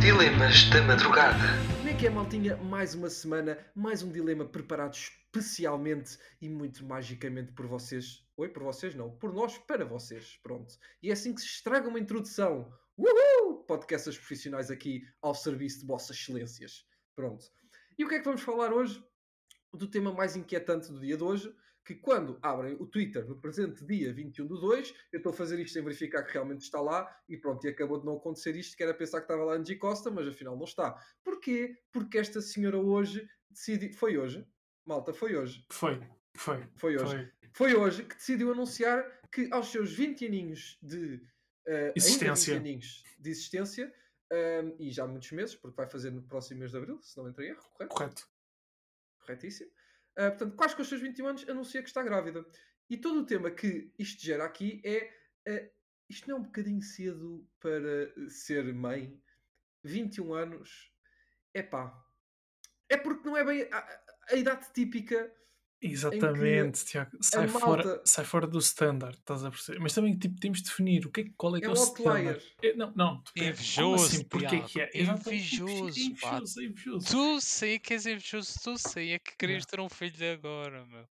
Dilemas da madrugada. Como é que é, maltinha? Mais uma semana, mais um dilema preparado especialmente e muito magicamente por vocês. Oi, por vocês não, por nós, para vocês. Pronto. E é assim que se estraga uma introdução. Uhul! Podcastas profissionais aqui ao serviço de vossas excelências. Pronto. E o que é que vamos falar hoje? Do tema mais inquietante do dia de hoje, que quando abrem o Twitter no presente dia 21 de 2, eu estou a fazer isto sem verificar que realmente está lá e pronto, e acabou de não acontecer isto, que era pensar que estava lá Angie Costa, mas afinal não está. Porquê? Porque esta senhora hoje decidiu. Foi hoje? Malta, foi hoje. Foi, foi. Foi hoje. Foi. Foi hoje que decidiu anunciar que aos seus 20 aninhos de ah, ainda 20 Existência. aninhos de existência, ah, e já há muitos meses, porque vai fazer no próximo mês de Abril, se não entrei erro, correto? Correto. corretíssimo. Ah, portanto, quase com os seus 21 anos, anuncia que está grávida. E todo o tema que isto gera aqui é: ah, isto não é um bocadinho cedo para eh, ser mãe? 21 anos, é pá. É porque não é bem a- a- a idade típica Exatamente, Tiago. Sai, malta- fora, sai fora do standard, estás a perceber? Mas também tipo, temos de definir o que é, que- qual é que É é, um o standard. outlier. É, não, não. tu- Como Invejoso, assim? Porquê Tiago, que é? Exatamente, Invejoso, pá. invejoso, é invejoso. Tu sei que és invejoso, tu sei. É que querias ter um filho agora, meu.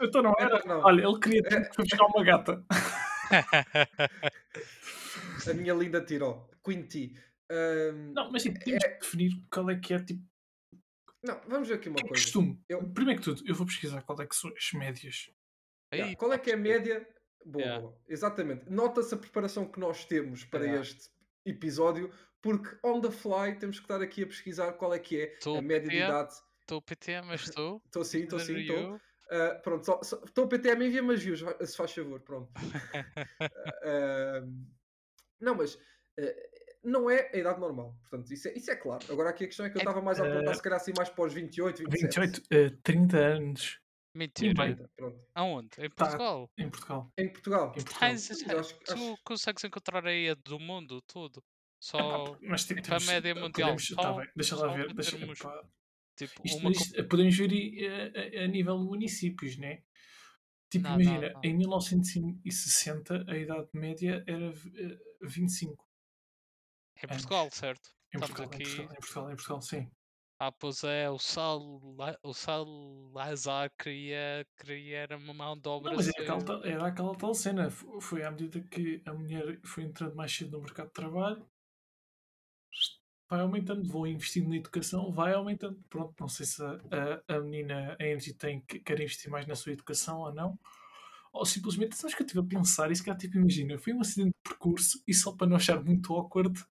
Então não era. É Não, não. Olha, ele queria É. ter que foi buscar uma gata. A minha linda tirou. Ah, Queen T. Ahm, não. Não, mas tipo, temos de definir qual é que é tipo vamos ver aqui uma o coisa. costume. Eu- Primeiro que tudo, eu vou pesquisar qual é que são as médias. Yeah, Aí, Qual é que é a média? Boa, Yeah. boa. Exatamente. Nota-se a preparação que nós temos para Yeah. este episódio, porque on the fly temos que estar aqui a pesquisar qual é que é Estou a média de PTM, idade. Estou PT, mas estou. Estou sim, estou sim, estou. You. Ah, pronto, só- só- estou PTM envia mais views, vai- se faz favor, pronto. Ah, não, mas eh, não é a idade normal, portanto, isso é, isso é claro. Agora aqui a questão é que eu É que- estava mais a apontar, eh, se calhar assim, mais para os 28, 27. 28, eh, 30 anos Mentira. bem. Pronto. Aonde? Em Tá. Portugal? em Portugal. Em Portugal. Em Portugal. Tens- Mas acho- tu acho- consegues encontrar aí a do mundo todo. Epá, Só mas tipo, é para a temos- média eh, mundial, podemos- tá só- bem, deixa só lá ver. para Deixa, termos epá, tipo isto- uma. isto- eh, podemos ver i- eh, a, a- a nível de municípios, né? Tipo, Não, não, imagina, não. em 1960 a idade média era eh, 25. Em Portugal, certo? Em Estamos Portugal, em aqui. Portugal, em Portugal, em Portugal, sim. Ah, pois é, o Sal, o Salazar queria, queria era uma mão de Não, obra. é mas era sem- aquela, tal- era aquela tal cena. Fo- Foi à medida que a mulher foi entrando mais cedo no mercado de trabalho, vai aumentando. Vão investindo na educação, vai aumentando. Pronto, não sei se a, a, a menina, a Angie, tem, que- quer investir mais na sua educação ou não. Ou simplesmente, sabes que eu estive a pensar? Isso que há tipo, imagina, foi um acidente de percurso e só para não achar muito awkward,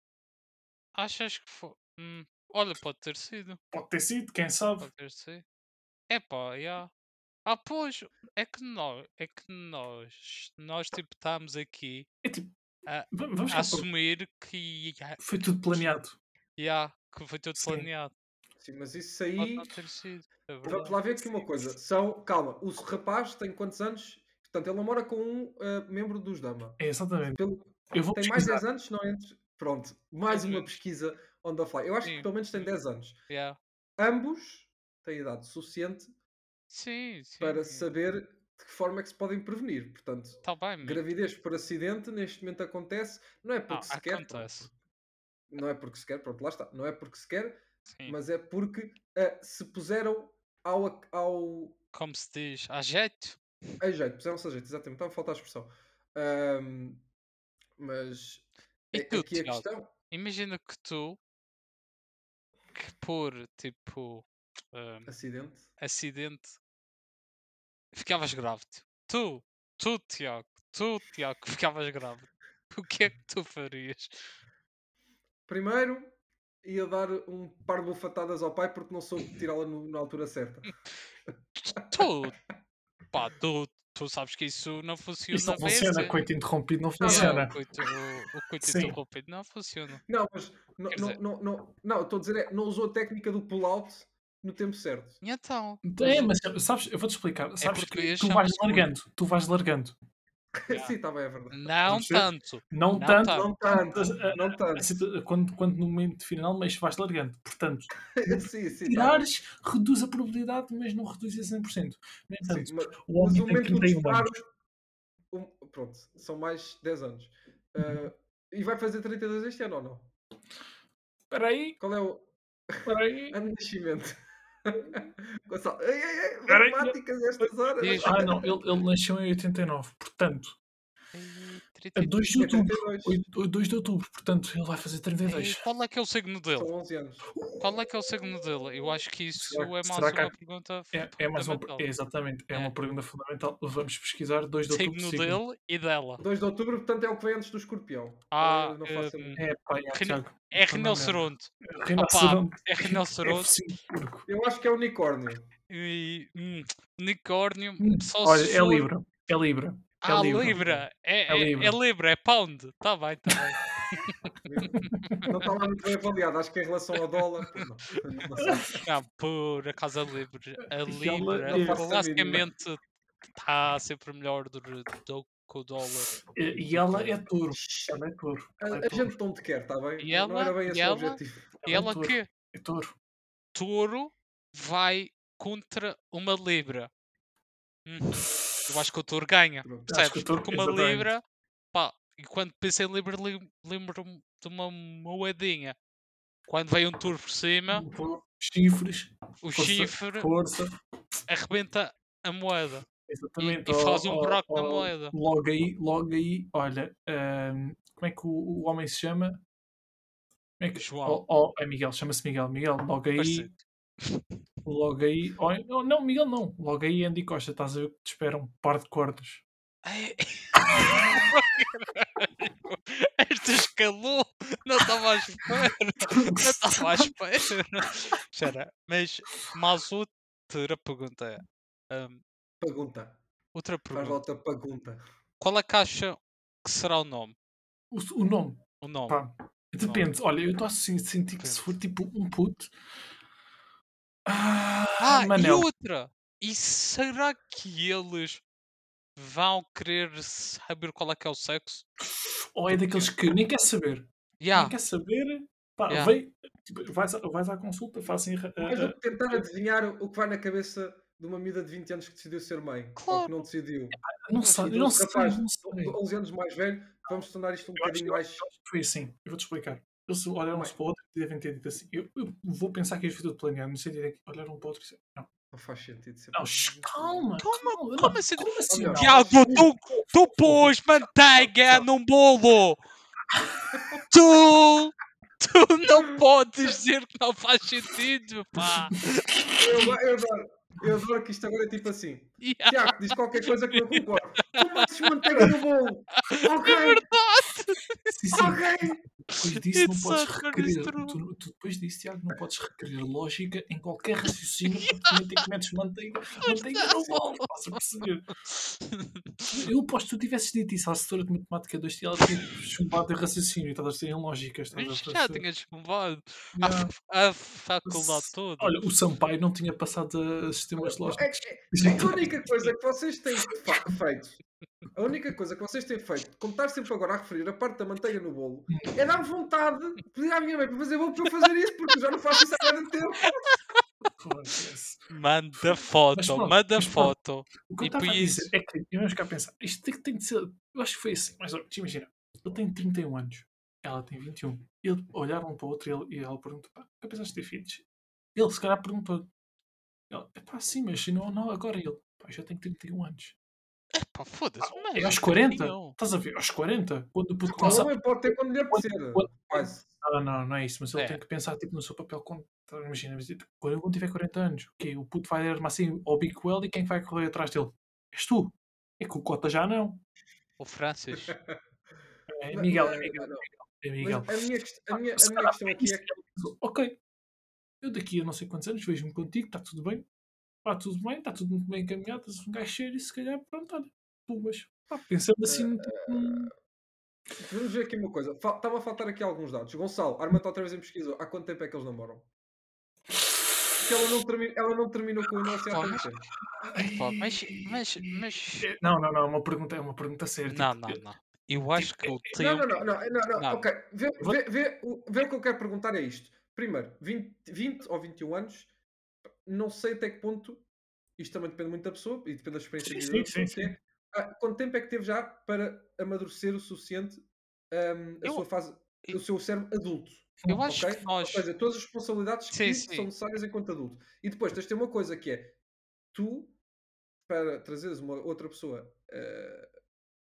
Achas que foi. Hum, olha, pode ter sido. pode ter sido, quem sabe. Pode ter sido. É pá, já. Ah, pois, é que nós, é que nós, nós tipo estamos aqui É tipo, Ah, va- vamos a lá, pô, assumir que já, foi tudo planeado. que foi tudo Sim. planeado. Sim, mas isso aí. Pode não ter sido. É Vamos verdade. lá ver aqui uma coisa. São, calma, o rapaz tem quantos anos? Portanto, ele namora com um ah, membro dos Dama. É, exatamente. Pelo- Eu vou tem mais pesquisar. 10 anos, não entre. Pronto, mais uma pesquisa on the fly. Eu acho que Sim. pelo menos tem 10 anos. Já. Ambos têm idade suficiente Sim, sim. para saber de que forma é que se podem prevenir. Portanto, Está bem, mas gravidez por acidente neste momento acontece, não é porque Ah, se quer. acontece. pronto. Não é porque se quer, pronto, lá está. Não é porque se quer, sim. mas é porque ah, se puseram ao, ac- ao, como se diz, há jeito. A jeito, puseram-se a jeito, exatamente. Então falta a expressão. Ahm, mas E é- tu, aqui a Tiago? questão. Imagina que tu, que por tipo hum, Acidente. acidente, ficavas grávido. Tu, tu, Tiago, tu, Tiago, que ficavas grávido. O que é que tu farias? Primeiro ia dar um par de bufatadas ao pai porque não soube tirá-la no- na altura certa. Tu, pá, tu, tu sabes que isso não funciona. Isso não bem funciona, assim. coito interrompido, não É, funciona. o coito, o, o coito Sim. interrompido não funciona. Não, mas não, Quer não, dizer- não, não, não, estou a dizer é, não usou a técnica do pull-out no tempo certo. E então, É, mas sabes, eu vou-te explicar. Sabes É porque que eu tu vais chamo-se por- largando, tu vais largando. Yeah. Sim, está bem, é verdade. não Vamos ver. tanto. Não, Não tá. tanto, tanto. Não tanto, a- a- não eh, a tanto. situ- quando, quando no momento final, mas vais largando. Portanto, Sim, sim. tá bem. tirares reduz a probabilidade, mas não reduz a 100%. No entanto, Sim, mas, é o mas homem tem o momento de 31 estar. anos. um- Uhum. pronto, são mais 10 anos. Ah, e vai fazer 32 este ano ou não? Espera aí, Qual é o espera aí. ano de nascimento? Gonçalo, ei, ei, ei, Peraí, matemáticas a estas horas. Diz. Ah, não, ele, ele nasceu em 89, portanto, Ei, a 32. 2 de É outubro. 32. oito- oito- 2 de outubro, portanto, ele vai fazer Ei, 32. Qual é que é o signo São dele? 11 anos. Qual é que é o signo dele? Eu acho que isso Será- é mais será que uma há- pergunta É, é mais uma, é, fundamental. exatamente, é, É. uma pergunta fundamental. Vamos pesquisar 2 de outubro. signo signo. dele e dela. 2 de outubro, portanto, é o que vem antes do escorpião. Ah, Eu não faço a hum. mínima. É, pá, é, Rino- Tiago. É Não me lembro. rinoceronte. Rinoceronte. É rinoceronte F5 porco. eu acho que é unicórnio. e hum, unicórnio. Hum, Só Olha, se é for- Libra. É Libra. Ah, Libra. Libra. É, É é, é, Libra. Libra, é Pound. Tá bem, tá bem. Não está lá muito bem avaliado. Acho que em relação ao dólar. Não, não sei. Não, por acaso a Libra. A E ela- Libra, eu faço a mínima. basicamente, está sempre melhor do, do que o dólar. E e ela é touro. Ela é touro. A, Ela a é touro. gente não te quer, está bem? E não era ela? bem E esse ela? o objetivo. Ela E é ela touro. que? É touro. Touro vai contra uma Libra. Hum, Eu acho que o Touro ganha. Pronto. Acho que Percebes? o touro- Porque uma exatamente. Libra, pá, e quando penso em Libra, lem- lembro-me de uma moedinha. Quando vem um touro por cima, Um touro, Chifres, o força- chifre força. arrebenta a moeda Exatamente. e ó, faz um ó, buraco na ó, moeda. Logo aí, logo aí, olha, ahm, como é que o, o homem se chama? Como é que... João. Oh, oh, é Miguel, chama-se Miguel. Miguel, logo aí, parecido. logo aí. ó, não, não, Miguel não. Logo aí, Andy Costa, estás a ver que te espera um par de cordas. Ai, Este escalou, não estava à espera, não estava à espera. Espera, mas, mas outra pergunta é: ahm, Pergunta. outra Faz pergunta, lá outra pergunta. qual é que acha que será o nome? O, s- o nome, O nome? pá, depende. Olha, eu estou a sen- sentir que se for tipo um puto. Ah, Ah, e Manel. outra! E será que eles vão querer saber qual é que é o sexo? Ou é daqueles que nem quer saber. Yeah. Nem quer saber. Pá, Yeah. vem, tipo, vais, à- vais à consulta, assim, ah, fazem. ra- Mais a- do a- que tentar adivinhar o que vai na cabeça de uma miúda de 20 anos que decidiu ser mãe. Ou Claro. que não decidiu. Não E sei, de não um sei, rapaz não de sei. 11 anos mais velho, vamos tornar isto um Eu acho bocadinho que- mais. Eu acho que Foi assim, eu vou-te explicar. Eles olharam-se Bem. para o outro e devem ter dito assim. Eu, eu vou pensar que isto foi tudo planeado, no sentido em que olharam para o outro e disseram: Não, Não faz sentido ser. não, para shh, mim. calma, Calma, calma, como não, assim- Como assim? Olha, não? Tiago, tu, tu pôs manteiga num bolo! Tu, tu não podes dizer que não faz sentido, pá! Eu, eu adoro, eu adoro que isto agora é tipo assim. Yeah. Tiago, diz qualquer coisa que eu concordo. Tu metes manteiga no bolo. É Ok, Sim, sim, ok. Depois disso não It's podes so requerer. true. Tu, tu depois disso, Tiago, não podes requerer lógica em qualquer raciocínio para permitir que metes manteiga. Manteiga não vale, estás a perceber? Eu aposto que tu tivesses dito isso à assessora de matemática 2 e ela tinha chumbado em raciocínio, estás a ser em lógica, estás a Mas já perceber? tinhas bombado a, Yeah. f- a faculdade toda. Olha, o Sampaio não tinha passado a sistemas É, lógicos. é- é que a única coisa que vocês têm fa- feito. A única coisa que vocês têm feito, como estar sempre agora a referir a parte da manteiga no bolo, é dar vontade de pedir à minha mãe para fazer bolo para eu fazer isso, porque eu já não faço isso há grande tempo. Foda-se. é assim. Manda Mas foto, pronto, manda mas pronto. foto. O que eu E estava a por dizer isso- é que eu vamos cá a pensar, isto tem, tem de ser. Eu acho que foi assim, mais ou menos. Imagina, ele tem 31 anos, ela tem 21. Ele olharam um para o outro e, ele, e ela perguntou: pá, nunca pensaste ter filhos? Ele se calhar perguntou: ela, pá, sim, mas se não, não agora ele, pá, eu já tenho 31 anos. Pá, foda-se, mas É aos não 40? tinham. Estás a ver? Aos 40? Quando o puto O começa homem pode ter é quando lhe apetecer. Quando- Quase. Não, não, não é isso, mas ele É. tem que pensar tipo, no seu papel. Quando, imagina, mas, tipo, quando eu tiver 40 anos, o quê? o puto vai dar-me assim ao bico ele e quem vai correr atrás dele? És tu. É que o Cota já não. O Francis. É Não, Miguel, não, é Miguel, não. é Mas Miguel. a minha, quest- a minha- a Se minha calhar questão é aqui isso é que ele pensou. Ok, eu daqui a não sei quantos anos vejo-me contigo, está tudo bem, está tudo bem, está tudo muito bem encaminhado, estás um gajo cheiro e se calhar, pronto, olha, pumas. Pá, pensando Eh, assim, tipo, hum, que. Vamos ver aqui uma coisa. Fal- Estava a faltar aqui alguns dados. Gonçalo, Arma está outra vez em pesquisa. Há quanto tempo é que eles namoram? Porque ela não, termi- ela não terminou com o Inácio há Pá, tanto tempo. Pá, mas, mas, mas. É, Não, não, não, é uma pergunta, é uma pergunta séria. Não, tipo, não, não. Eu acho que o Não, teu. não, não, não, não, não. Nada. Ok. Vê, Vou- vê- vê o, vê o que eu quero perguntar é isto. Primeiro, 20, 20 ou 21 anos, não sei até que ponto, isto também depende muito da pessoa e depende da experiência Sim, de sim, vida da pessoa sim, que é. Ah, Quanto tempo é que teve já para amadurecer o suficiente ahm, a Eu- sua fase, eu- o seu cérebro adulto? Eu acho ok? que nós. Ou seja, todas as responsabilidades que Sim, sim. são necessárias enquanto adulto. E depois tens de ter uma coisa que é tu, para trazeres uma outra pessoa eh,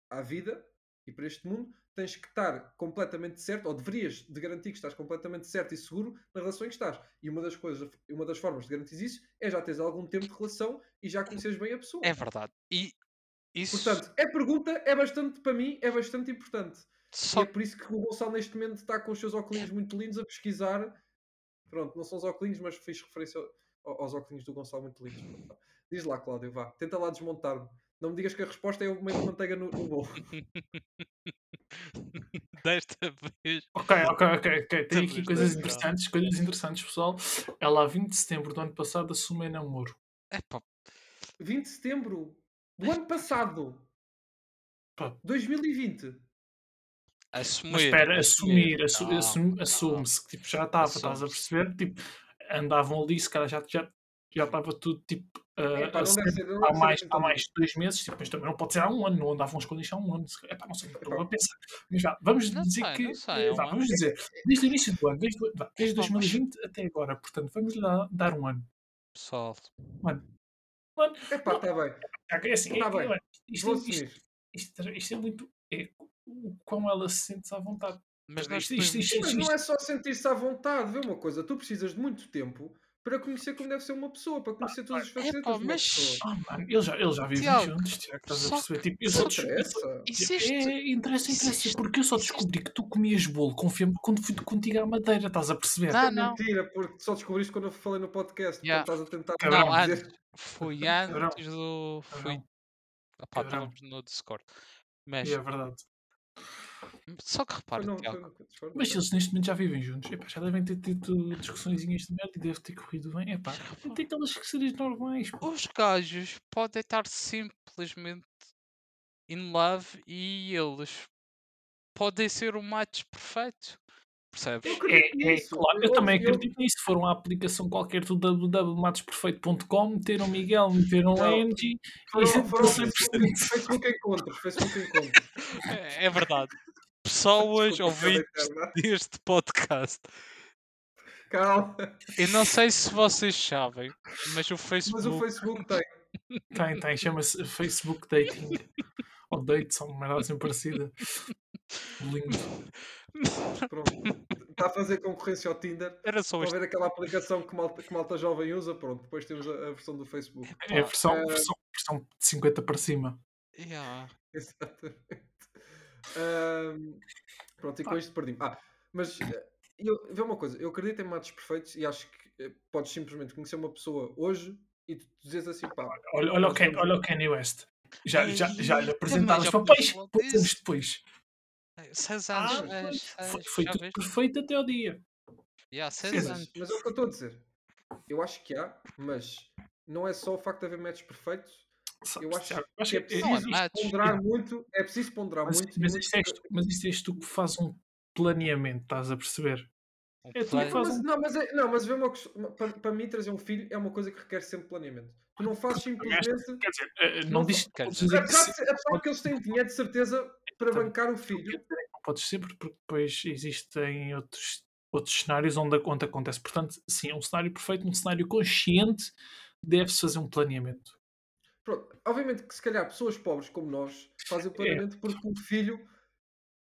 à vida e para este mundo, tens que estar completamente certo, ou deverias de garantir que estás completamente certo e seguro na relação em que estás. E uma das coisas, uma das formas de garantir isso é já teres algum tempo de relação e já conheceres bem a pessoa. É verdade. E isso. Portanto, a pergunta é bastante, para mim, é bastante importante. E só é por isso que o Gonçalo neste momento está com os seus óculos muito lindos a pesquisar. Pronto, não são os óculos, mas fiz referência ao- ao- aos óculos do Gonçalo muito lindos. Diz lá, Cláudio, vá. Tenta lá desmontar-me. Não me digas que a resposta é o meio de manteiga no, no bolo. desta vez. Ok, ok, ok, ok. Tem Estamos aqui coisas dois, já. interessantes, coisas interessantes, pessoal. Ela a 20 de setembro do ano passado assume namoro. Epá, 20 de setembro do ano passado. Pá. 2020. assumir. Mas espera, assumir, assu- Não, assume- não. assume-se que tipo, já estava, estás a Assume-se. perceber? Tipo, andavam ali, se calhar já estava já, estava tudo tipo. ah, É, Epá, não a ser- deve ser- não há, deve ser mais, assim então. há tão- mais de dois meses, tipo, mas também não pode ser há um ano, não andavam escondidos há um ano. se- Epá, não sei, estou a pensar. Mas vá, vamos Não dizer sei, que. eh, não sei, é vá, um vamos dizer, desde o início do ano, desde, vá, desde Epá, mas- 2020 até agora, portanto, vamos lá dar um ano. Pessoal. Epá, está bem. É que, assim, é Então Tá que, bem, olha, isto, Vou isto- assumir. isto- isto é muito. É, o como ela se sente à vontade. Mas Também nós isto- isto- podemos- isto- Mas não é só sentir-se à vontade, vê uma coisa, tu precisas de muito tempo para conhecer como deve ser uma pessoa, para conhecer todas é, as facetas Epá, de uma mas- pessoa. Ah, mano, eles já, eles já vivem Tiago, juntos, Tiago, estás a só perceber? Tipo, eu Não só des- eu só- interessa. Existe. É, interessa, interessa, existe- porque eu só existe- descobri que tu comias bolo confirmo, quando fui contigo à Madeira, estás a perceber? Ah, Não, É mentira, porque só descobriste quando eu falei no podcast. Yeah. Portanto, estás a tentar Cabrão. Não, dizer. antes. Foi Cabrão. antes do. Foi. um Cabrão. Epá, Cabrão. estávamos no Discord. Mas. É verdade. Só que Foi repara, não, Tiago. foi não, desculpa. Mas eles neste momento já vivem juntos. Epá, já devem ter tido discussões de merda e deve ter corrido bem. Epá, Então tem aquelas seres normais. pô. Os gajos podem estar simplesmente in love e eles podem ser o match perfeito. Eu Percebes? acredito É, é, nisso. claro, eu também eu- acredito nisso. Foram à aplicação qualquer do www.matosperfeito.com, meteram Miguel, meteram Não. Angie e Foram, foram sempre Facebook encontros, Facebook encontros. É, é verdade. Pessoas Desculpa, é piada ouvintes interna. deste podcast. Calma, Eu não sei se vocês sabem, mas mas o o Facebook Facebook tem. Tem, tem, chama-se Facebook Dating. Ou Date, são uma merda assim parecida. Lindo. Pronto. Está a fazer concorrência ao Tinder. era Estão só a este. ver aquela aplicação que malta, que malta jovem usa? Pronto, depois temos a, a versão do Facebook. É a versão, eh, versão, versão de 50 para cima. Yeah. Exatamente. Ahm, pronto, e com Pá. isto perdi-me. Ah, mas eh, eu, vê uma coisa, eu acredito em matos perfeitos e acho que eh, podes simplesmente conhecer uma pessoa hoje e tu dizes assim, pá, Olha, olha, o, Nós Ken, vamos- olha o Kanye West. Já, já, já lhe Eita, apresentaram mas os já papéis podemos falar poucos anos disso. depois. Eh, Seis Ah, anos, pois, Foi, seis, seis, foi já tudo viste? perfeito até ao dia. Yeah, seis Sim, mas, anos. mas é o que eu estou a dizer. Eu acho que há, mas não é só o facto de haver matches perfeitos, Só- Eu acho já- que é é- preciso Não é existe- match. ponderar muito, é preciso ponderar mas, muito. e mas muito- isto é és tu, mas isto és tu que faz um planeamento, estás a perceber? Um É tudo plano. faz Mas, um- não, mas, é- não, mas vê uma, cos- uma- para, para mim trazer um filho é uma coisa que requer sempre planeamento. Tu não fazes simplesmente. Quer dizer, eh, Não não diz quer podes dizer- dizer que Então, Apesar sim, É de, apesar de que eles têm dinheiro de certeza para bancar o filho. não podes sempre, porque depois existem outros, outros cenários onde, a- onde acontece. Portanto, sim, é um cenário perfeito, um cenário consciente, deve-se fazer um planeamento. Pronto, obviamente que se calhar pessoas pobres como nós É. fazem o planeamento porque o filho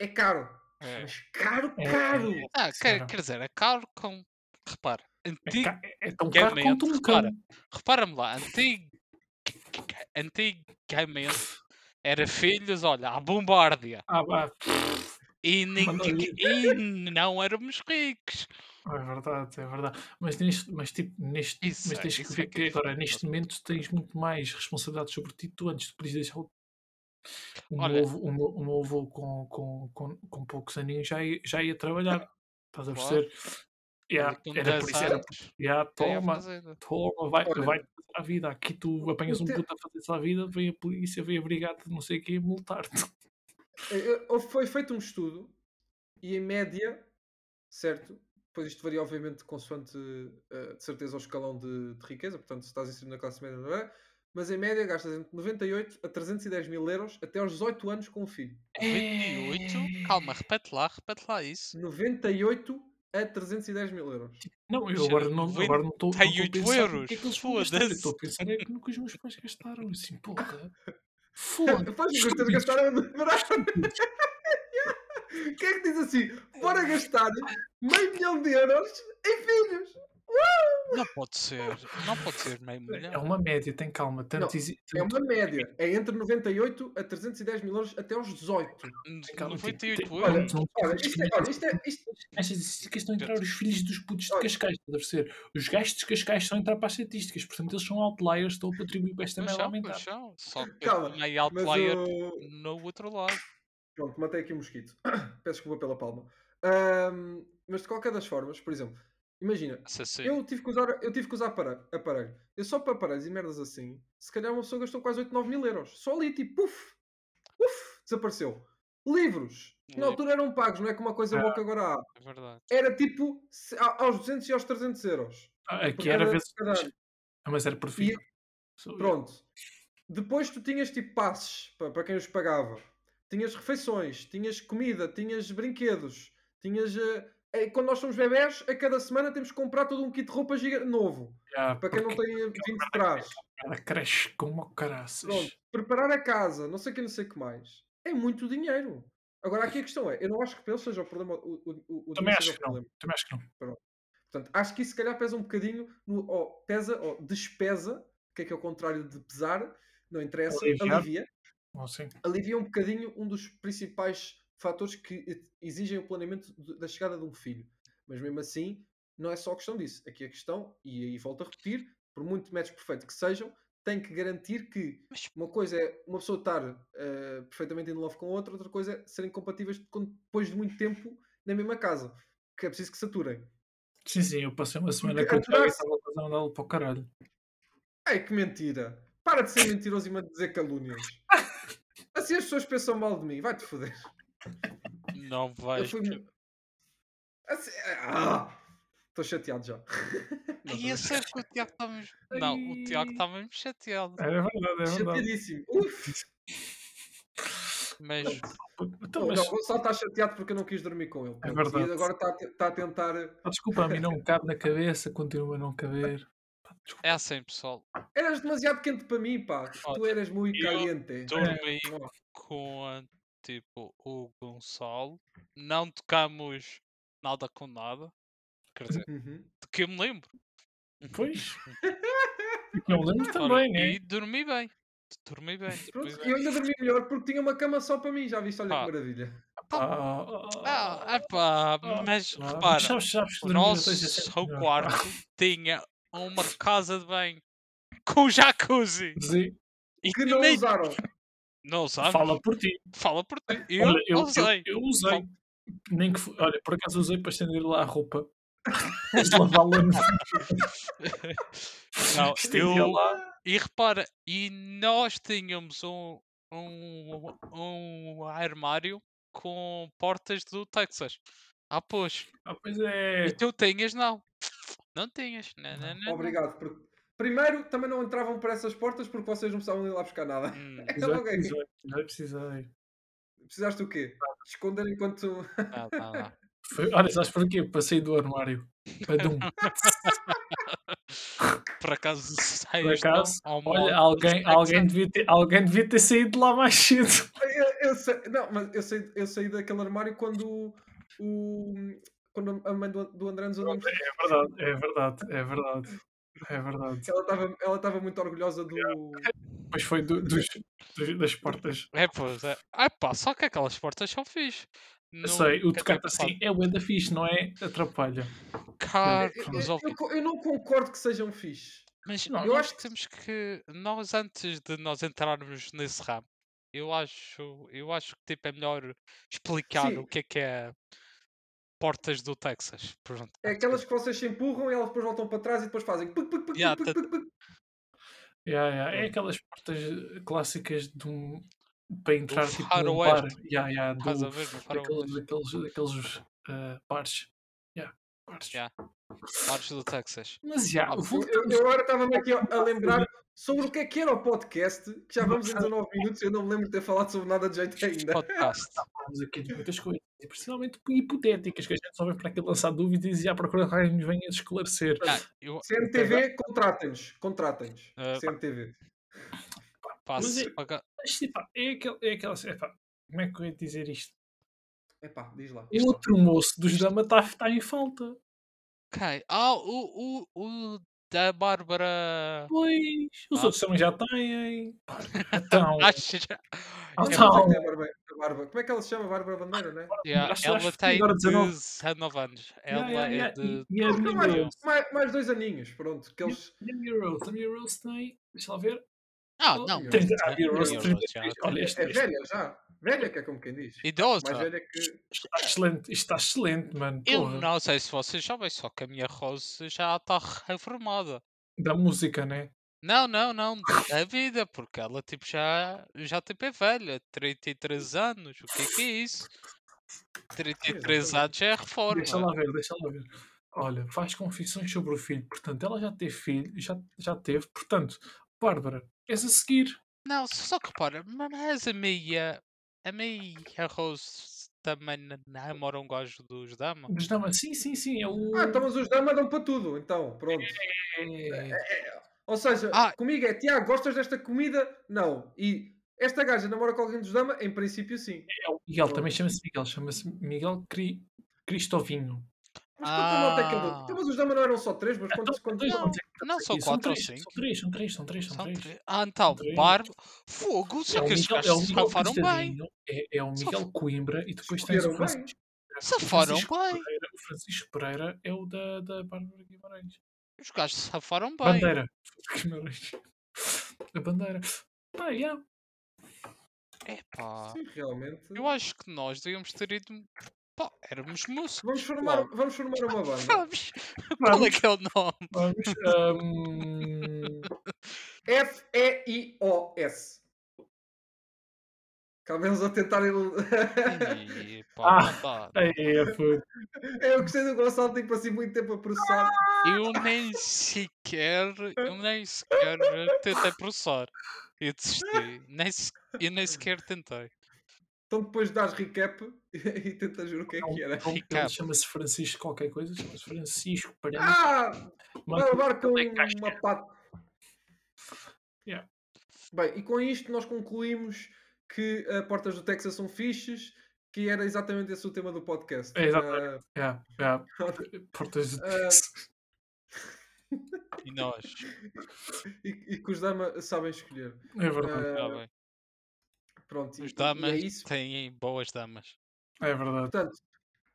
é caro. É. Mas caro, É, caro! é, Ah, quer, senhora. quer dizer, a Carl com. Repara, é, antigo. ca- é tão caro Gamete, quanto um repara. cão. Repara-me lá, antigo. Antigamente era filhos, olha, à bombardia. Ah, vá, E, ninguém, Mandou-lhe. e não éramos ricos. É verdade, é verdade. Mas, neste, mas, tipo, neste, Isso mas é, tens isso que é ver que é que agora, foda. neste momento, tens muito mais responsabilidade sobre ti. Tu antes de podias deixar o, o, Olha. meu, avô, o, meu, o meu avô com, com, com, com poucos aninhos já ia, já ia trabalhar. Estás a Claro. perceber? Yeah, Olha, com era 10 por isso, era por anos, yeah, é já ia à toma, fazenda. toma, vai, Olha. vai fazer a vida. Aqui tu apanhas um te- puto a fazer a vida, vem a polícia, vem a brigada, não sei o quê, multar-te. Eh, eh, Foi feito um estudo e em média, certo? Pois isto varia, obviamente, consoante eh, de certeza ao escalão de, de riqueza, portanto, se estás inserido na classe média, não é? Mas em média gastas entre 98 a 310 mil euros até aos 18 anos com o um filho. É. 28. Calma, repete lá, repete lá isso. 98 a 310 mil euros. Não, eu Cheira, agora não estou agora não tô- não tô a 98 pensar no euros, que é que eles vão gastar. Eu foda-se. Estou a pensar é que no que os meus pais gastaram. Assim, porra. Foda-se. Faz me gostar de gastar a barato. Quem é que diz assim? Bora gastar meio milhão de euros em filhos. Não pode ser. Não pode ser né? meio É milhão. uma média, tem calma. Tanto Não, exi- É tanto- uma média. É entre 98 a 310 mil euros até aos 18. tem calma, tipo, 98 tem- euros. olha, não Olha, tens isto que- é, olha, isto é, isto, Estas estatísticas estão a entrar Certo. os filhos dos putos de Olha. Cascais, deve ser. Os gajos de Cascais estão a entrar para as estatísticas, portanto eles são outliers, estão a contribuir para esta merda Pois são, é aumentar. pois são. Só que Calma, também mas outlier o- no outro lado. Pronto, matei aqui o mosquito. Peço desculpa pela palma. Ahm, mas de qualquer das formas, por exemplo, imagina, Assassino. eu tive que usar, eu tive que usar aparelho, aparelho. Eu só para aparelhos e merdas assim, se calhar uma pessoa gastou quase 8, 9 mil euros. Só ali, tipo, puf, puf, desapareceu. Livros, na Livros. altura eram pagos, não é como uma coisa boa que agora há. É verdade. Era tipo se- a- aos 200 e aos 300 euros. Ah, por Aqui era cada- vezes. cada ano. Ah, mas era por fim. Sou eu. Pronto. Depois tu tinhas tipo passes pa- para quem os pagava. Tinhas refeições, tinhas comida, tinhas brinquedos, tinhas. eh, eh, quando nós somos bebés, a cada semana temos que comprar todo um kit de roupa giga- novo. Já, Para quem não porque tem eh, vindo de trás. ela cresce como caraças. Pronto. Preparar a casa, não sei o que, não sei o que mais. É muito dinheiro. Agora aqui a questão é, eu não acho que pelo seja o problema. O, o- o- o Também dinheiro acho seja o que não. problema. Também acho que não. Portanto, acho que isso se calhar pesa um bocadinho, no, ou pesa, ou despesa, que é que é o contrário de pesar, não interessa, Aliviar. alivia. Não sei. alivia um bocadinho um dos principais fatores que e- exigem o planeamento de- da chegada de um filho. Mas mesmo assim, não é só questão disso. Aqui a questão, e aí volto a repetir, por muito metros perfeito que sejam, tem que garantir que Mas- uma coisa é uma pessoa estar eh, perfeitamente in love com a outra, outra coisa é serem compatíveis de- com- depois de muito tempo na mesma casa. Que é preciso que saturem. Sim, sim, eu passei uma semana Porque com o Tiago e atrás- estava a fazer andá-lo para o caralho. Ai, que mentira! Para de ser mentiroso e me dizer calúnias. Assim as pessoas pensam mal de mim. Vai-te foder. Não Eu vais. fui. Fui... ah, Estou chateado já. Não, Ia ser que o Tiago está mesmo. Não, o Tiago está mesmo chateado. É verdade, é estou verdade. Chateadíssimo. Uf, Mas É Então, não, mas, não, o Gonçalo está chateado porque eu não quis dormir com ele. pronto. verdade. E agora está a, te- está a tentar. pá, desculpa, a mim não cabe na cabeça, continua a não caber. Pá, desculpa. é assim, pessoal. Eras demasiado quente para mim, pá. Tu Olha, eras muito eu caliente. Dormi Ó, com tipo o Gonçalo. Não tocamos nada com nada. Quer dizer, uhum. de que eu me lembro. Pois. Eu lembro Ora, também, né? E dormi bem. Dormi bem. Pronto, Dormi e eu bem. ainda dormi melhor porque tinha uma cama só para mim, já viste? Olha que Pá. maravilha. Ah, então, Ah, epá, Ah, mas claro. repara, sabes, sabes que o dormir nosso dois é sempre melhor, pá. quarto tinha uma casa de banho com um jacuzzi. Sim, E Que tu não nem- usaram. Não usamos. Fala, Fala por ti. por ti. Eu, Olha, eu, eu- usei. eu usei. Nem que, fo- olha, por acaso usei para estender lá a roupa. Mas lavá-la no- Não, estendia eu... lá. E repara, e nós tínhamos um, um, um armário com portas do Texas. Ah, pois. Ah, pois é. E tu tinhas, não. Não tinhas. Não, não, não, não. Obrigado. porque- Primeiro, também não entravam por essas portas porque vocês não precisavam de ir lá buscar nada. Hum, É Já logo aí. precisei, já precisei. Precisaste o quê? Esconder enquanto. não, não, não. Foi, olha, sabes porquê? Passei do armário. Badum. Por acaso Por saíste acaso, ao, ao olha, modo alguém, Texas. alguém, devia ter, alguém devia ter saído lá mais cedo. Eu, eu sei, não, mas eu saí, eu saí daquele armário quando o- o. Quando a mãe do, do André nos andou É verdade, é verdade, é verdade. É verdade. ela estava ela estava muito orgulhosa do. Mas foi do- dos, dos- das portas. É, pois é. Ah, pá, só que aquelas portas são fixe. Eu Não sei, o quer tocado dizer, assim é o da fixe, não é? Atrapalha. pá, Caro, Eu, eu- mas, ouve, eu co- eu não concordo que sejam fixe. mas não, eu nós- acho que temos que. Nós, antes de nós entrarmos nesse ramo, eu acho, eu acho que tipo, é melhor explicar Sim. o que é que é portas do Texas. tipo, Pronto, É aquelas que vocês se empurram e elas depois voltam para trás e depois fazem. puc, puc, puc, Yeah, puc, tá- puc, puc, puc. Ya, ya, Hum. É aquelas portas eh, clássicas de um, para entrar tipo num bar. faroeste. Ya, ya, do- estás a ver no farol. daqueles, daqueles, daqueles ah, bares. Ya, bares. Ya. Portas do Texas. Mas já, Ah, Eu, eu- eu agora estava-me aqui a a lembrar sobre o que é que era o podcast, que já vamos em 19 minutos e eu não me lembro de ter falado sobre nada de jeito ainda. Podcast. falámos aqui de muitas coisas, e principalmente hipotéticas, que a gente só vem para aqui lançar dúvidas e à procura que alguém nos venha esclarecer. Ah, eu CMTV, contratem-nos. Contratem-nos. Ah. CMTV. faço. é- paga- Mas, epá, é, aquele, é aquela. Epá, como é que eu ia dizer isto? Epá, diz lá. O outro moço dos Dama está tá em falta. Ok. Ah, o, o, o da Bárbara. Pois, os Ah. outros também já têm. Pá, Então, Acho já- Ah, É, É, tá. mas é que é a Bárbara- a Bárbara- Como é que ela se chama? Bárbara Bandeira, né? yeah, acho- acho Ela tá que tem agora 19. 19 anos. yeah, Ela yeah, é yeah, de. e, e a minha mais, eu. mais- mais dois aninhos, pronto. Que eles... A minha Rose, a minha Rose tem. Deixa lá ver. Ah, Oh, não. eu- mas 30, a já- minha Rose eu- 33. já- Olha, este, É este velha já. Velha que é como quem diz. Mais Idosa. velha que. está excelente. Isto está excelente, mano. Eu é porra. não sei se vocês sabem, só que a minha Rose já está reformada. Da música, né? Não, não, não, da vida, porque ela tipo já, já tipo é velha, 33 anos, o que é que é isso? 33 Exatamente. anos já é Deixa lá reforma. ver, deixa lá ver. Olha, faz confissões sobre o filho. Portanto, ela já teve filho, já, já teve. Portanto, Bárbara, és a seguir. Não, só que repara, mas a minha, a minha Rose também na- namora um gajo dos dama. Mas dá sim, sim, sim. É o. Ah, então mas os damas dão para tudo, então, pronto. É... Ou seja, Ah. comigo é Tiago, gostas desta comida? Não. E esta gaja namora com alguém dos dama? Em princípio, sim. é o Miguel, também chama-se Miguel. Chama-se Miguel Cri... Cristovinho. Mas quanta nota é que ele Ah. deu? Então, mas os damas não eram só três, mas quantos. quantos... Não, Não, são são 4 ou três, são 5. três, são três, são três, são São três. três. Ah, então, três. Barba, fogo, só É o que os Miguel, gajos é o se Miguel safaram bem. Cristovinho, é, é o Saf- Miguel Coimbra e depois tens o Escolheram Francisco. bem. Safaram Francisco bem. Pereira, o Francisco Pereira é o da, da Bárbara Guimarães. Os gajos se safaram bem. Bandeira. Guimarães. A bandeira. Pá, yeah. Epá. Sim, realmente. Eu acho que nós devíamos ter ido. Pá, éramos músicos. Vamos formar, um, vamos formar uma banda. Sabes? Qual é que é o nome? Vamos. hum, ahm, F-E-I-O-S. Cá vamos a tentar. ele- Ih, pá, Ah. não dá. é, foi. Eu gostei do Gonçalo, tipo assim, muito tempo a processar. Eu nem sequer. Eu nem sequer tentei processar. Eu desisti. Nem se- eu nem sequer tentei. Então depois dás recap e tentas ver o que é que era. Ele Ricardo. chama-se Francisco qualquer coisa, chama-se Francisco Pereira. Ah! Vai Mas- levar com Tem caixa. uma pata. tá Yeah. Bem, e com isto nós concluímos que a Portas do Texas são fiches, que era exatamente esse o tema do podcast. É, exatamente. yeah, yeah. Ah, Portas de- Ah. E nós. e, e que os dama sabem escolher. É verdade, Ah, Tá bem. pronto, e- Os e damas é isso. têm boas damas. é verdade. Portanto,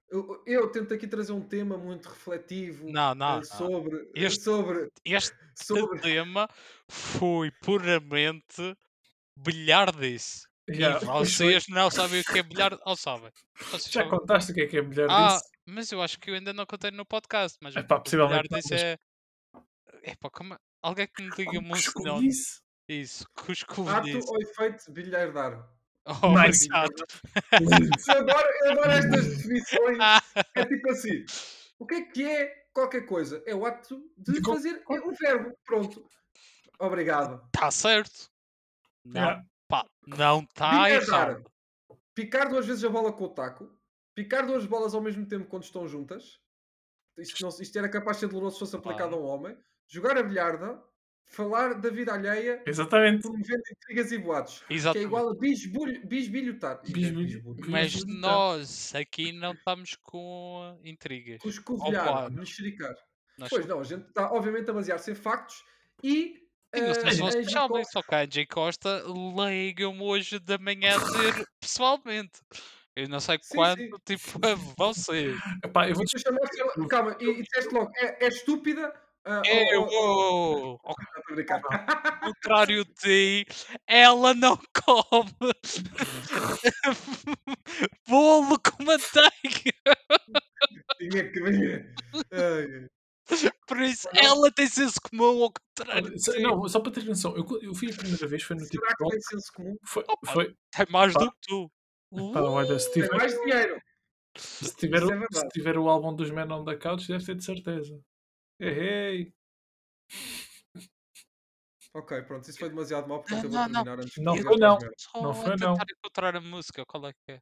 eu, eu tento aqui trazer um tema muito É refletivo Não, não. eh, não. sobre, Este- sobre, Este sobre, tema foi puramente bilhardice. Yeah, E pois foi. vocês não sabem o que é bilhar. Ou sabem? Vocês Já sabem. contaste o que é que é melhor Ah, disso? mas eu acho que eu ainda não contei no podcast. Mas Epá, o possivelmente bilhar não, disso mas- é. Epá, como. é, Alguém que me diga um Cusco nome. disse. Isso, Cusco Ah, ato disse. ou efeito bilhardar. Oh, Nice. obrigado. Lindo. Eu adoro, eu adoro estas definições. Ah, É tipo assim: o que é que é qualquer coisa? É o ato de, De co- fazer é um verbo. Pronto. Obrigado. tá certo. Não, Yeah. é pá, não tá Bilhardar. errado. Picar duas vezes a bola com o taco. Picar duas bolas ao mesmo tempo quando estão juntas. Isto, não- isto era capaz de ser doloroso se fosse aplicado Ah. a um homem. Jogar a bilharda. Falar da vida alheia. Exatamente. Promovendo intrigas e boatos. Que é Exatamente. igual a bisbulho, bisbilhotar. Isto é Bisbilho- bisbulho. Mas Mas não. nós aqui não estamos com intrigas. Cuscovilhar, Opa. mexericar. Nós Pois não, a gente está obviamente a basear-se em factos e. Ah, E vocês eh, não a se então Angie sabem, Co- só que a Angie Costa liga-me hoje da manhã a dizer pessoalmente. Eu não sei Sim, quanto, sim. tipo, a vocês. Epá, eu vou Tu chamaste ela- Calma, e, e disseste logo, é, é estúpida? Ah, É, Eu, oh, oh, ao oh, tô a brincar. contrário de ti, ela não come bolo com manteiga. Tinha que ver. Ai, ai. Por isso, ela tem senso comum ao contrário. Olha, só- Não, só para ter noção, eu, co- eu fui a primeira vez, foi no Será que TikTok. tem senso comum? Foi, foi, Tem É mais Pá. do que tu. Uh, pá, olha, se Tem tiver, mais dinheiro. se, tiver, isso é o- se verdade. tiver o álbum dos Men on the Couch, deve ter de certeza. Ei, Ok, pronto, isso foi demasiado mal, portanto Não, eu vou não, não. terminar antes. que Não digamos foi, não. merda. Só Não a foi, tentar não. encontrar a música, qual é que é?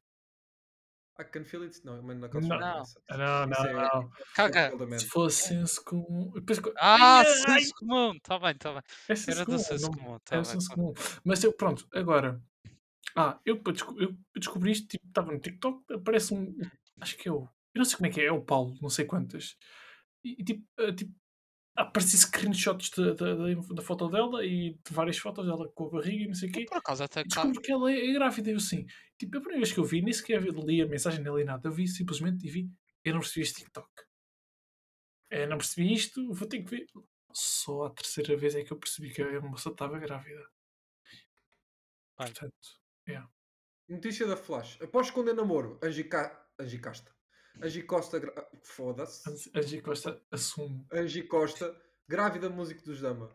I can feel it. Não, mas não consigo Não. falar Não. isso. Não, Isso não, é- não. Caga. Zelda Man. Se fosse senso comum. Depois, Ah, Ai, ai, senso comum. Tá bem, tá bem. é senso Era comum, do senso não- comum. Tá é bem. senso comum. Mas eu, pronto, agora. Ah, eu, para desco- eu para descobrir isto, tipo, estava no TikTok, aparece um. Acho que é o. Eu não sei como é que é, é o Paulo, não sei quantas. E, e, tipo, ah, tipo aparece screenshots da, da, da- da foto dela e de várias fotos dela com a barriga e não sei o quê. Por acaso até E cá. descubro que ela é, é grávida. Eu assim, tipo, a primeira vez que eu vi, nem sequer li a mensagem nem li nada. Eu vi simplesmente e vi, eu não percebi este TikTok. Eu não percebi isto, vou ter que ver. Só a terceira vez é que eu percebi que a moça estava grávida. Bem. Portanto, Notícia da Flash. Após esconder namoro, Angie, Ca... Angie Casta. Angie Costa. gra- ah, Foda-se. a G Costa assume. Angie Costa, grávida músico dos Dama.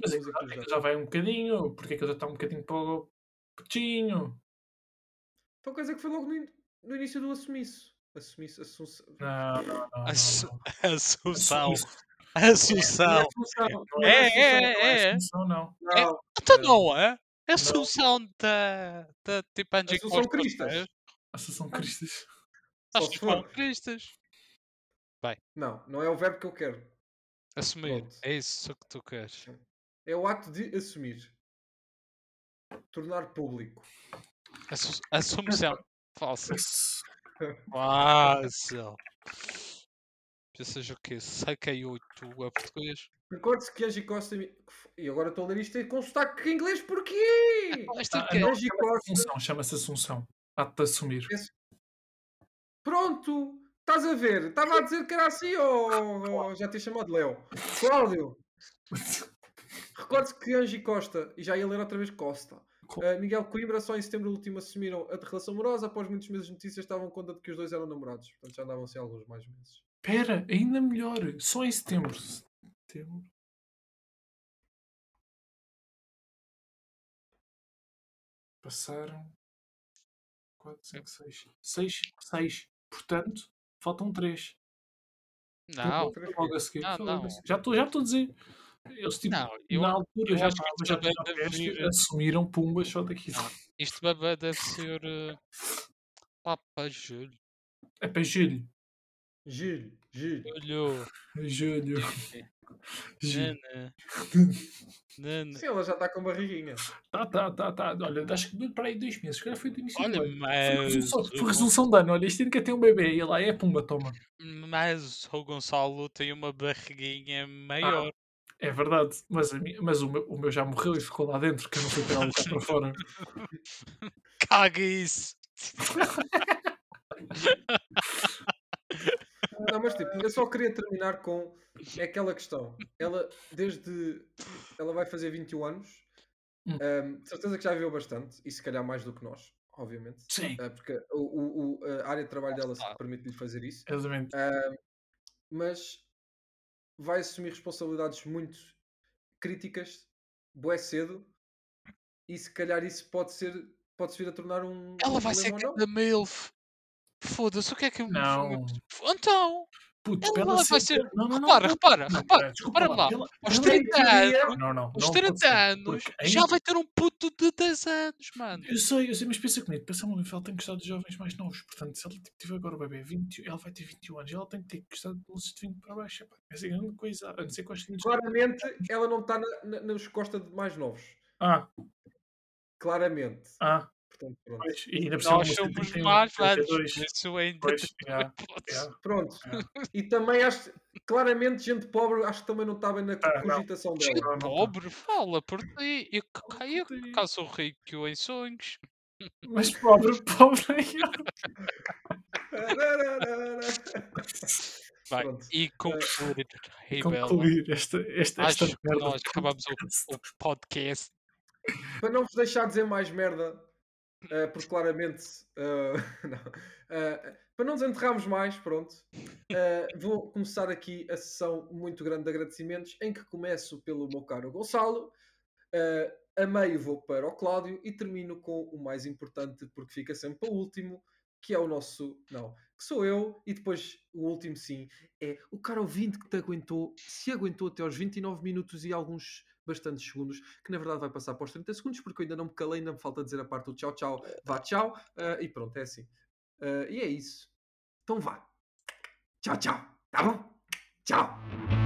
Mas é que Músico dos já- é que Dama. já vai um bocadinho, porque é que eu já está um bocadinho para o putinho. Então quer dizer que foi logo no, in- no início do assumiço. Assumiço, assunção. É? Não, não, não, não. Assu- não. Assunção. Assume-se. Não é Assunção. assunção, não É, é, assunção, não é, é. assunção, não. Não, Então não é? É Assunção da, da tipo Angie Assunção Costa, Cristas. não é? Assunção Cristas. Só Acho se que são for. Cristas. não, não é o verbo que eu quero. Assumir. Pronto. É isso que tu queres. É o ato de assumir. Tornar público. Assu- Assunção. Falsa. Assu- Fácil. Já seja o quê? Saquei 8 a português. Recorde-se que Angie Costa. E agora estou a ler isto com sotaque em inglês, porquê? Esta Ah, que é. não. Angie Costa. Assunção, chama-se Assunção. Há-te de assumir. Pronto! Estás a ver? Estava a dizer que era assim ou já te chamado Léo? Cláudio! Recorde-se que Angie Costa, e já ia ler outra vez Costa, Co- eh, Miguel Coimbra só em setembro último assumiram a relação amorosa, após muitos meses de notícias estavam conta de que os dois eram namorados, portanto já andavam-se alguns mais meses. Pera, ainda melhor. Só em setembro. Setembro. Passaram. 4, 5, 6. 6, 6. Portanto, faltam 3. Não, Logo a seguir. Não, logo a não. seguir. Já estou já estou a dizer. Eles, tipo, não. Eu, na altura eu já acho que estavam, isto já também estavam deve abertos, ser- assumiram pumbas só daqui. Não. isto bebê deve ser. eh, Lá para julho. É para julho. É Giro, giro. Julho. Julho. Julho. Nana. Nana. Sim, ela já está com barriguinha. Tá, tá, tá, tá. Olha, acho que deu para aí dois meses. Agora foi do início do Olha, ano. Foi mas. resolução, o foi resolução de ano. Olha, este ano que tem um bebê. E lá é pumba, toma. Gon- Mas o Gonçalo tem uma Ah. barriguinha maior. É verdade. Mas, a minha- mas o, meu, o meu já morreu e ficou lá dentro, que eu não fui tirar um bocado para fora. Caga isso! Não, mas tipo, eu só queria terminar com aquela questão. Ela, desde. Ela vai fazer 21 anos. Hum. Ahm, de certeza que já viveu bastante. E se calhar mais do que nós, obviamente. Sim, Ah, porque o, o- o- a área de trabalho dela Está. permite-lhe fazer isso. exatamente. Mas vai assumir responsabilidades muito críticas, bué cedo. E se calhar isso pode ser. Pode-se vir a tornar um. Ela um vai ser problema ou não. cada MILF. Foda-se, o que é que eu me Não. Então, Puto, Ela para vai ser- ser- Não, não, não. repara, não. repara, Não, repara. pera, desculpa repara lá. Ela- Aos ela- 30 teoria- anos, Não, não. aos não 30 anos, pode ser, porque já ainda- vai ter um puto de 10 anos, mano. Eu sei, eu sei, mas pensa comigo, pensa muito, ela tem que gostar de jovens mais novos, portanto, se ela tipo, tiver agora o bebê, 20, ela vai ter 21 anos, ela tem que ter que gostar de luzes de 20 para baixo, epá, essa é grande coisa, a não ser que eu acho que lhes- Claramente ela não está na- na- nos costa de mais novos. Ah, Claramente. ah, Portanto, pronto. pois, e ainda por cima Nós uma somos 31, mais velhos, 32, por isso pois, ainda tem já, hipótese. já, Pronto. Ah. E também acho claramente gente pobre acho que também não está bem na Ah, não. cogitação Gente dela. não, não tá. pobre, fala por ti. Eu por caio ti. caso rico em sonhos. mas pobre, pobre, Ah, Vai, Pronto. e concluir. É. e Hey, Bella. concluir esta, esta, esta Acho que merda nós de acabamos podcast. o podcast. Para não vos deixar dizer mais merda, eh, porque claramente. eh, não. Eh, para não desenterrarmos mais, pronto. eh, vou começar aqui a sessão muito grande de agradecimentos, em que começo pelo meu caro Gonçalo. eh, a meio vou para o Cláudio e termino com o mais importante, porque fica sempre para o último, que é o nosso. Não, que sou eu, e depois o último sim, é o cara ouvinte que te aguentou, se aguentou até aos 29 minutos e alguns bastantes segundos, que na verdade vai passar para os 30 segundos, porque eu ainda não me calei, ainda me falta dizer a parte do tchau, tchau, vá, tchau, ah, e eh, pronto, é assim. Eh, e é isso. Então vá. Tchau, tchau. Tá bom? Tchau.